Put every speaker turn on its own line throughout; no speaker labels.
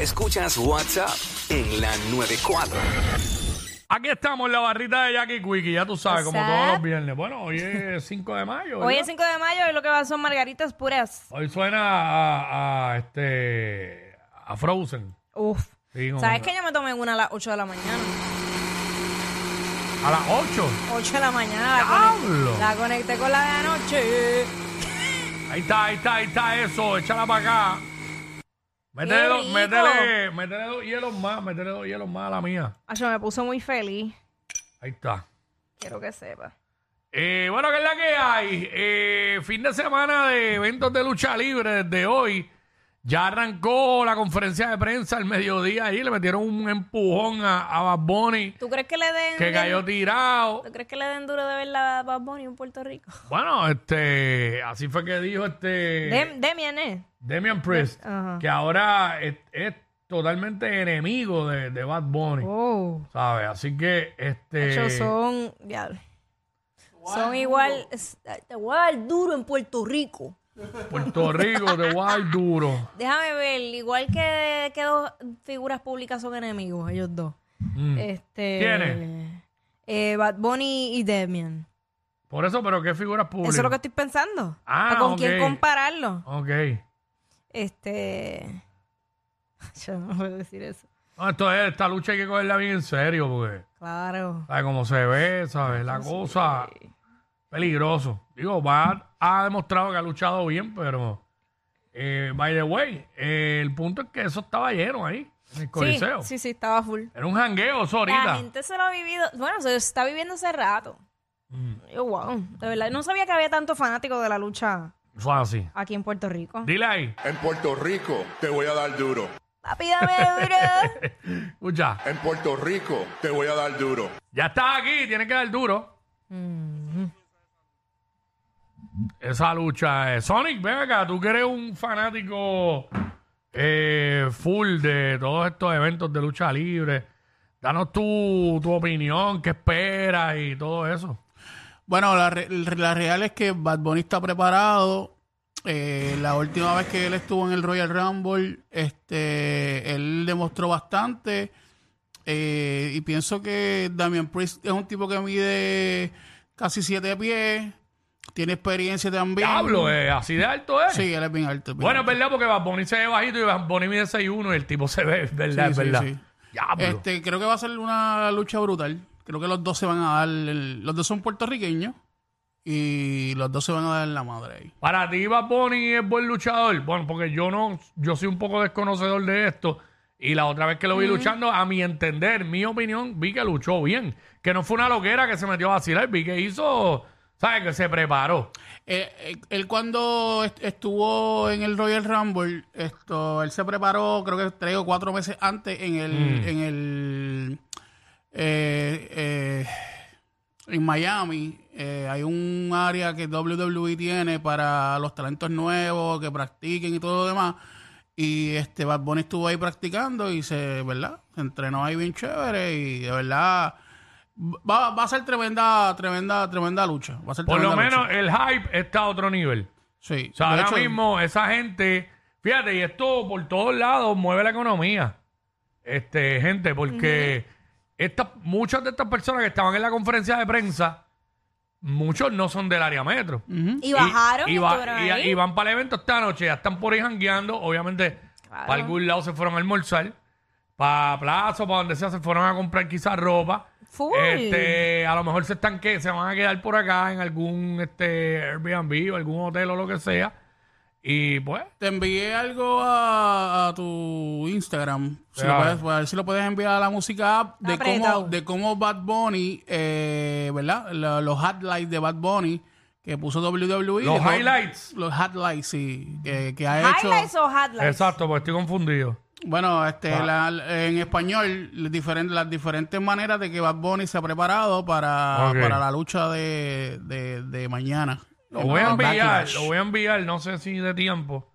Escuchas WhatsApp en la 94.
Aquí estamos en la barrita de Jackie Quickie, ya tú sabes, como
What's
todos
up?
los viernes. Bueno, hoy es 5 de mayo.
Hoy
¿verdad?
es 5 de mayo y lo que van son margaritas puras.
Hoy suena a, a, este a Frozen.
Uf.
Sí, como
¿Sabes
que-
que yo me tomé una a las 8 de la mañana?
A las 8.
8 de la mañana. La,
¡Diablo!
conecté, la conecté con la de anoche.
Ahí está, ahí está, ahí está eso. Échala para acá. Métele,
Qué
dos-
rico.
métele, métele dos hielos más, métele dos hielos más a la mía.
Ay, yo me puso muy feliz.
Ahí está.
Quiero que sepa.
Eh, bueno, ¿qué es la que hay? Eh, fin de semana de eventos de lucha libre desde hoy. Ya arrancó la conferencia de prensa al mediodía ahí, le metieron un empujón a, a Bad Bunny
¿Tú crees que le den.
que cayó tirado.
¿Tú crees que le den duro de ver la Bad Bunny en Puerto Rico?
Bueno, este, así fue que dijo este
Dem- Demian, ¿eh?
Damian Priest,
Ajá.
que ahora es, es totalmente enemigo de, de Bad Bunny,
Oh.
¿sabes? Así que este
Ellos son. Diablo. Son igual. es- Te voy a dar duro en Puerto Rico.
Puerto Rico te voy a dar duro.
Déjame ver, igual que, que dos figuras públicas son enemigos, ellos dos. Este,
Mm. ¿Quiénes?
eh, Bad Bunny y Demian.
Por eso, pero qué figuras públicas.
Eso es lo que estoy pensando.
Ah,
¿Con
ok.
quién compararlo?
Ok.
Este. Yo no puedo decir eso.
No, esto es, esta lucha hay que cogerla bien en serio, porque,
Claro.
¿sabes? Como se ve, ¿sabes? La cosa peligroso. Digo, Bad ha demostrado que ha luchado bien, pero, eh, by the way, eh, el punto es que eso estaba lleno ahí, en el
Sí,
Coliseo.
sí, sí, estaba full.
Era un jangueo eso
La
ahorita.
gente se lo ha vivido. Bueno, se lo está viviendo hace rato.
Mm,
Yo, wow. De verdad, no sabía que había tanto fanático de la lucha
fue así.
aquí en Puerto Rico.
Dile ahí.
En Puerto Rico te voy a dar duro.
Papi, dame duro.
Escucha,
En Puerto Rico te voy a dar duro.
ya estás aquí, tienes que dar duro.
Mm-hmm.
Esa lucha. eh. Sonic, ven acá, tú que eres un fanático eh, full de todos estos eventos de lucha libre. Danos tu, tu opinión, qué esperas y todo eso.
Bueno, la, re- la real es que Bad Bunny está preparado. Eh, la última vez que él estuvo en el Royal Rumble, este, él demostró bastante. Eh, y pienso que Damian Priest es un tipo que mide casi siete pies. Tiene experiencia también.
Diablo, eh, así de alto es.
Sí, él es bien alto. bien
Bueno, es
alto.
verdad, porque Bad Bunny se ve bajito y Bad Bunny mide 6'1 y el tipo se ve, es verdad,
Sí,
es
sí,
verdad.
sí.
Diablo.
Este, creo que va a ser una lucha brutal. Creo que los dos se van a dar. el- los dos son puertorriqueños. Y los dos se van a dar la madre ahí.
Para ti, Bad Bunny es buen luchador. Bueno, porque yo no, yo soy un poco desconocedor de esto. Y la otra vez que lo vi luchando, a mi entender, mi opinión, vi que luchó bien. Que no fue una loquera que se metió a vacilar, vi que hizo, ¿sabes? Que se preparó.
Eh, eh, él cuando est- estuvo en el Royal Rumble, esto, él se preparó creo que tres o cuatro meses antes en el,
Mm.
en el eh, eh, en Miami. Eh, hay un área que WWE tiene para los talentos nuevos que practiquen y todo lo demás. Y este Bad Bunny estuvo ahí practicando y se, ¿verdad? Se entrenó ahí bien chévere y de verdad va, va a ser tremenda, tremenda, tremenda lucha. Va a ser
Por lo
tremenda lucha.
menos el hype está a otro nivel.
Sí.
O sea,
de
ahora
hecho,
mismo esa gente, fíjate, y esto por todos lados mueve la economía. Este, gente, porque estas, muchas de estas personas que estaban en la conferencia de prensa, muchos no son del área metro.
Y bajaron y,
y, va-
estuvieron
y-
ahí.
y van para el evento esta noche, ya están por ahí jangueando, obviamente
Claro.
para algún lado se fueron a almorzar, para plaza, para donde sea, se fueron a comprar quizás ropa.
Full.
Este, a lo mejor se están que se van a quedar por acá en algún este Airbnb o algún hotel o lo que sea. Y pues,
Te envié algo a, a tu Instagram. Si
Claro.
lo puedes, pues, a ver si lo puedes enviar a la música app de
Está
cómo,
apretado.
de cómo Bad Bunny, eh, ¿verdad? Lo- los highlights de Bad Bunny que puso WWE.
Los
de todo-
highlights.
Los highlights, sí. Que, que ha
¿Highlights
hecho.
o highlights?
exacto, pues estoy confundido.
Bueno, este,
Ah.
la- en español, las diferentes, las diferentes maneras de que Bad Bunny se ha preparado para,
Ok.
para la lucha de, de, de mañana.
Lo voy a
El
enviar,
Backlash.
lo voy a enviar, no sé si de tiempo.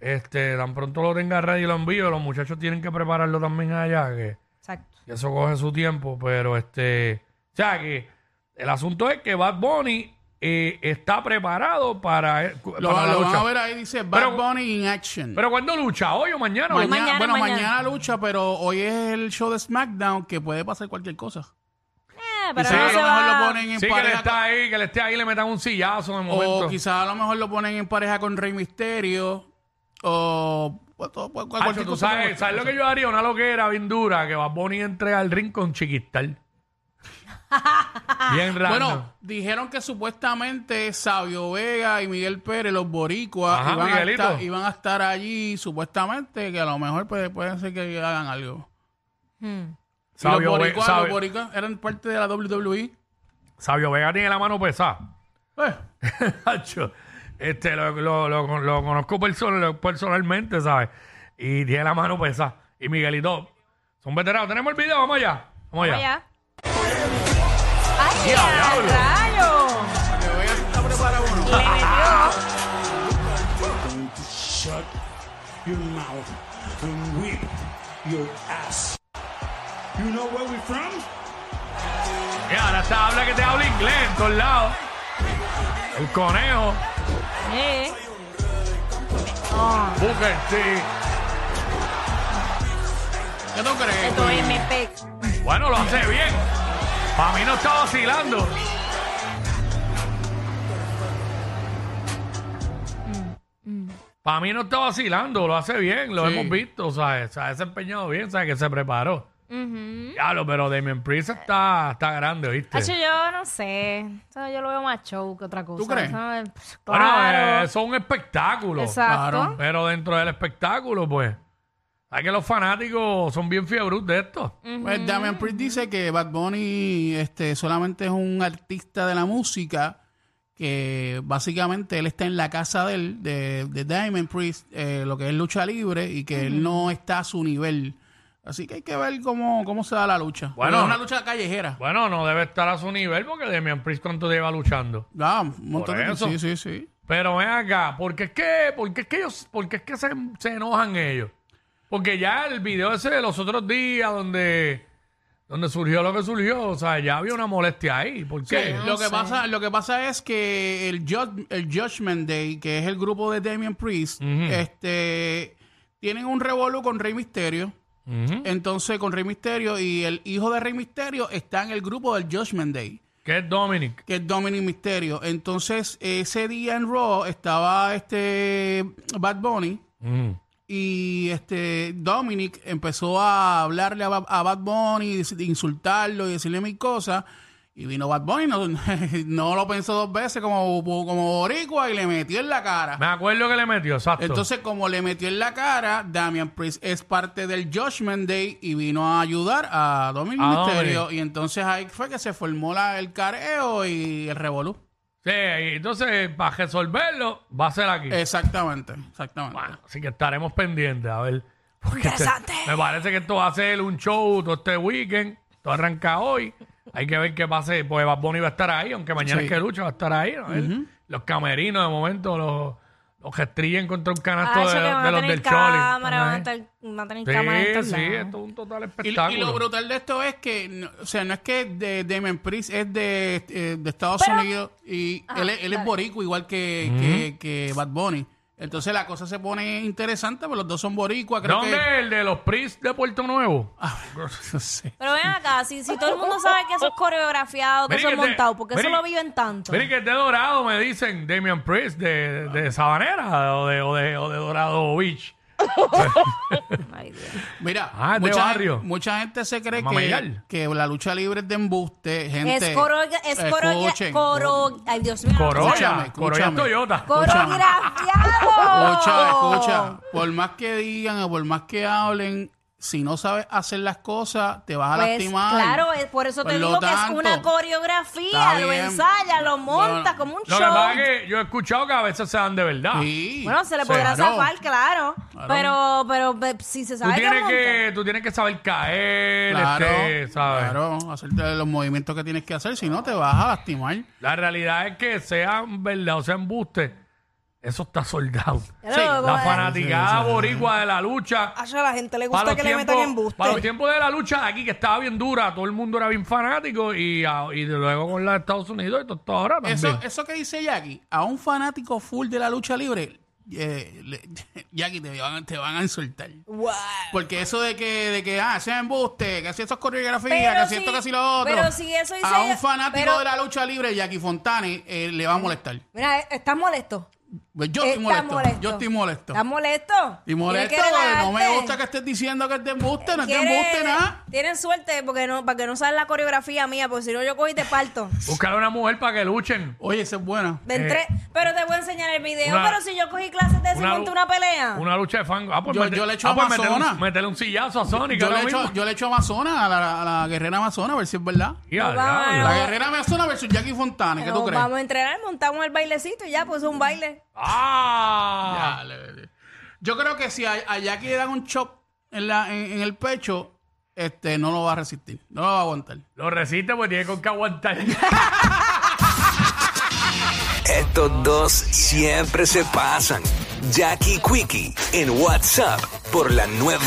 Este, tan pronto lo tenga ready y lo envío, los muchachos tienen que prepararlo también allá que
Exacto.
Y eso coge su tiempo, pero este. O sea que el asunto es que Bad Bunny eh, está preparado para, eh, cu-
Lo,
para la
lo van
lucha.
a ver ahí, dice Bad
Pero-
Bunny in Action.
Pero cuando lucha, hoy o mañana.
mañana,
Mañana,
bueno,
mañana.
mañana. lucha, pero hoy es el show de SmackDown que puede pasar cualquier cosa.
Eh, pero
Quizás
no
a
se
lo mejor
va.
lo ponen en
Sí, que le
pareja.
está ahí, que le esté ahí, le metan un sillazo de
o
momento.
quizás a lo mejor lo ponen en pareja con Rey Misterio. O. o todo- cual- cual-
Hacho,
cualquier
Ah, tú
cosa
sabes,
puede
¿sabes lo que yo haría? Una loquera bien dura que va a poner entre al ring con chiquistal. bien raro.
Bueno, dijeron que supuestamente Sabio Vega y Miguel Pérez, los boricuas,
Ajá,
iban, a
Miguelito.
estar, iban a estar allí supuestamente, que a lo mejor pues, pueden ser que hagan algo.
Hmm.
Y
Sabio
los,
Ve-
boricuas,
Sabio-
los boricuas eran parte de la E. WWE.
Sabio Vega tiene la mano pesada.
Eh,
Hacho, este, lo, lo- lo- lo conozco person- lo- personalmente, ¿sabes? Y tiene la mano pesada. Y Miguelito, son veteranos. Tenemos el video, vamos allá. Vamos allá.
Vaya. ¡Ay, rayo!
Sabio Vega está preparado o no.
Le metió.
going to shut your mouth and whip your ass. You know where we're from?
Y ahora está, habla que te habla inglés en todos lados. El conejo,
Eh,
Booker T.
¿Qué tú crees?
esto es mi pec.
Bueno, lo hace bien. Para mí no está vacilando. Para mí no está vacilando, lo hace bien, lo
Sí.
hemos visto, ¿sabes? Se ha desempeñado bien, ¿sabes? Que se preparó.
Ujú.
Claro, pero Damien Priest está, está grande, ¿oíste?
Hacho, yo no sé. Eso yo lo veo más show que otra cosa.
crees?
Eso es- pff,
Bueno, eh,
claro.
eso es un espectáculo.
claro.
Exacto.
Pero dentro del espectáculo, pues, hay que los fanáticos son bien fiebros de esto.
Mm.
Pues Damian Priest dice que Bad Bunny este, solamente es un artista de la música, que básicamente él está en la casa de él, de, de Diamond Priest, eh, lo que es lucha libre, y que él no está a su nivel. Así que hay que ver cómo, cómo se da la lucha.
Bueno.
Bueno, es una lucha callejera.
Bueno, no debe estar a su nivel porque Damien Priest cuánto lleva luchando.
Ah, un montón
Por
de
eso.
Sí, sí, sí.
Pero ven acá, ¿por qué es que, por qué es que ellos, por qué es que se, se enojan ellos? Porque ya el video ese de los otros días donde, donde surgió lo que surgió, o sea, ya había una molestia ahí. ¿Por
Sí,
qué?
lo, que pasa, lo que pasa es que el, Jud- el Judgment Day, que es el grupo de Damien Priest, este, tienen un revolú con Rey Misterio.
Ujú.
Entonces, con Rey Misterio y el hijo de Rey Misterio está en el grupo del Judgment Day,
¿Qué es Dominic?
que es Dominic Misterio. Entonces, ese día en Raw estaba este Bad Bunny
Mm.
y este Dominic empezó a hablarle a, Ba- a Bad Bunny, dis- insultarlo y decirle mil cosas. Y vino Bad Bunny, no, no lo pensó dos veces como, como boricua y le metió en la cara.
Me acuerdo que le metió, exacto.
Entonces, como le metió en la cara, Damian Priest es parte del Judgment Day y vino a ayudar a Dominic
A
Mysterio. Y entonces ahí fue que se formó la- el careo y el revolú.
Sí, y entonces, para resolverlo, va a ser aquí.
Exactamente, exactamente.
Bueno, así que estaremos pendientes, a ver. porque este- me parece que esto va a ser un show todo este weekend. Esto arranca hoy. Hay que ver qué pase. Pues Bad Bunny va a estar ahí, aunque mañana
Sí.
es que lucha, va a estar ahí. ¿no? El- Los camerinos, de momento, los, los que estrillen contra un canasto
Ah,
de,
eso que van
de
a
los
tener
del Choli.
cámara,
Están
van a,
ahí.
estar, van a tener cámara en
Sí,
todos
sí,
lados.
esto es un total
Y, y
espectáculo.
lo brutal de esto es que, no- o sea, no es que de, Damian Priest es de, eh, de Estados
Pero-
Unidos y él, es- él es boricua igual que, que- que Bad Bunny. Entonces la cosa se pone interesante, porque los dos son boricua. Creo
¿Dónde
que...
es el de los Pris de Puerto Nuevo?
Ah,
No sé.
Pero ven acá, si, si todo el mundo sabe que eso es coreografiado, que
Miren
eso es
que te-
montado, ¿por qué eso
miren-
lo viven tanto?
Miren que es de Dorado, me dicen Damian Priest de, de Sabanera o de, o de- o de Dorado Beach.
Ay, Dios.
Mira,
Ah, es de
mucha,
barrio.
gen- mucha gente se cree que,
Mamayal.
que la lucha libre es de embuste, gente.
Es coro... Es coro...
Escuchen.
coro ay, Dios mío.
Escúchame,
Corolla,
escúchame.
Corolla es Toyota.
escúchame.
Coreografiado.
Escucha, escucha. Por más que digan o por más que hablen, si no sabes hacer las cosas, te vas a
Pues
lastimar.
claro, es- por eso te
Por lo
digo que es
tanto,
una
está
coreografía, lo
bien.
ensaya, lo monta
Bueno,
como un
Lo
show.
que pasa es que yo he escuchado que a veces se dan de verdad.
Sí.
Bueno, se le podrá
Claro.
zafar, claro. Pero, pero pe- si se
Tú
sabe
tienes,
monta.
que, tú tienes que saber caer,
Claro,
este, ¿sabes?
claro, hacerte los movimientos que tienes que hacer, si no te vas a lastimar.
La realidad es que sean verdad o sean embuste. Eso está soldado.
Ya lo- como
La
de-
fanaticada boricua de la lucha.
Acho, a la gente le gusta que le metan embuste.
para los tiempos de la lucha aquí, que estaba bien dura, todo el mundo era bien fanático y, a- y de luego con la de Estados Unidos y todo, todo ahora también.
Eso, eso que dice Jackie, a un fanático full de la lucha libre, eh, le- Jackie, te van, te van a insultar.
Wow.
Porque eso de que, de que ah, sea embuste, que así esas coreografías,
Pero
que así esto,
si-
que así lo otro.
pero si eso dice-
A un fanático
pero-
de la lucha libre, Jackie Fontane, eh, le va a molestar.
Mira, eh, ¿estás molesto?
Pues Yo estoy
Estás
molesto, Yo estoy molesto.
¿Estás molesto?
Y molesto,
Tienes que
porque no me
relajarte.
gusta que estés diciendo que te embuste, no te
¿Quieres-
embuste nada.
Tienen suerte porque no, para que no salga la coreografía mía, porque si no yo cogí y te parto.
Buscar a una mujer para que luchen.
Oye, esa es buena.
De entre- pero te voy a enseñar el video,
una-
pero si yo cogí clases de eso y
una
monté
lu-
una pelea.
Una lucha de fango. Ah, pues
Yo-
mete-
yo le echo
ah, pues
Amazonas.
meterle un- meterle un sillazo a Sonic
Yo
ahora
le, echo,
mismo.
yo le echo a Amazona, a la, a la guerrera Amazona, a ver si es verdad.
Ya,
Nos vamos
diablo.
a-
La guerrera Amazona versus Jackie Fontane, ¿qué tú
Nos
crees?
Vamos a entrenar, montamos el bailecito y ya, pues un baile.
¡Ah!
Ya, le- le- Yo creo que si a, a Jackie le dan un chop en, la, en, en el pecho, este no lo va a resistir, no lo va a aguantar.
Lo resiste porque tiene con que aguantar.
Estos dos siempre se pasan. Jackie Quickie en WhatsApp por la nueva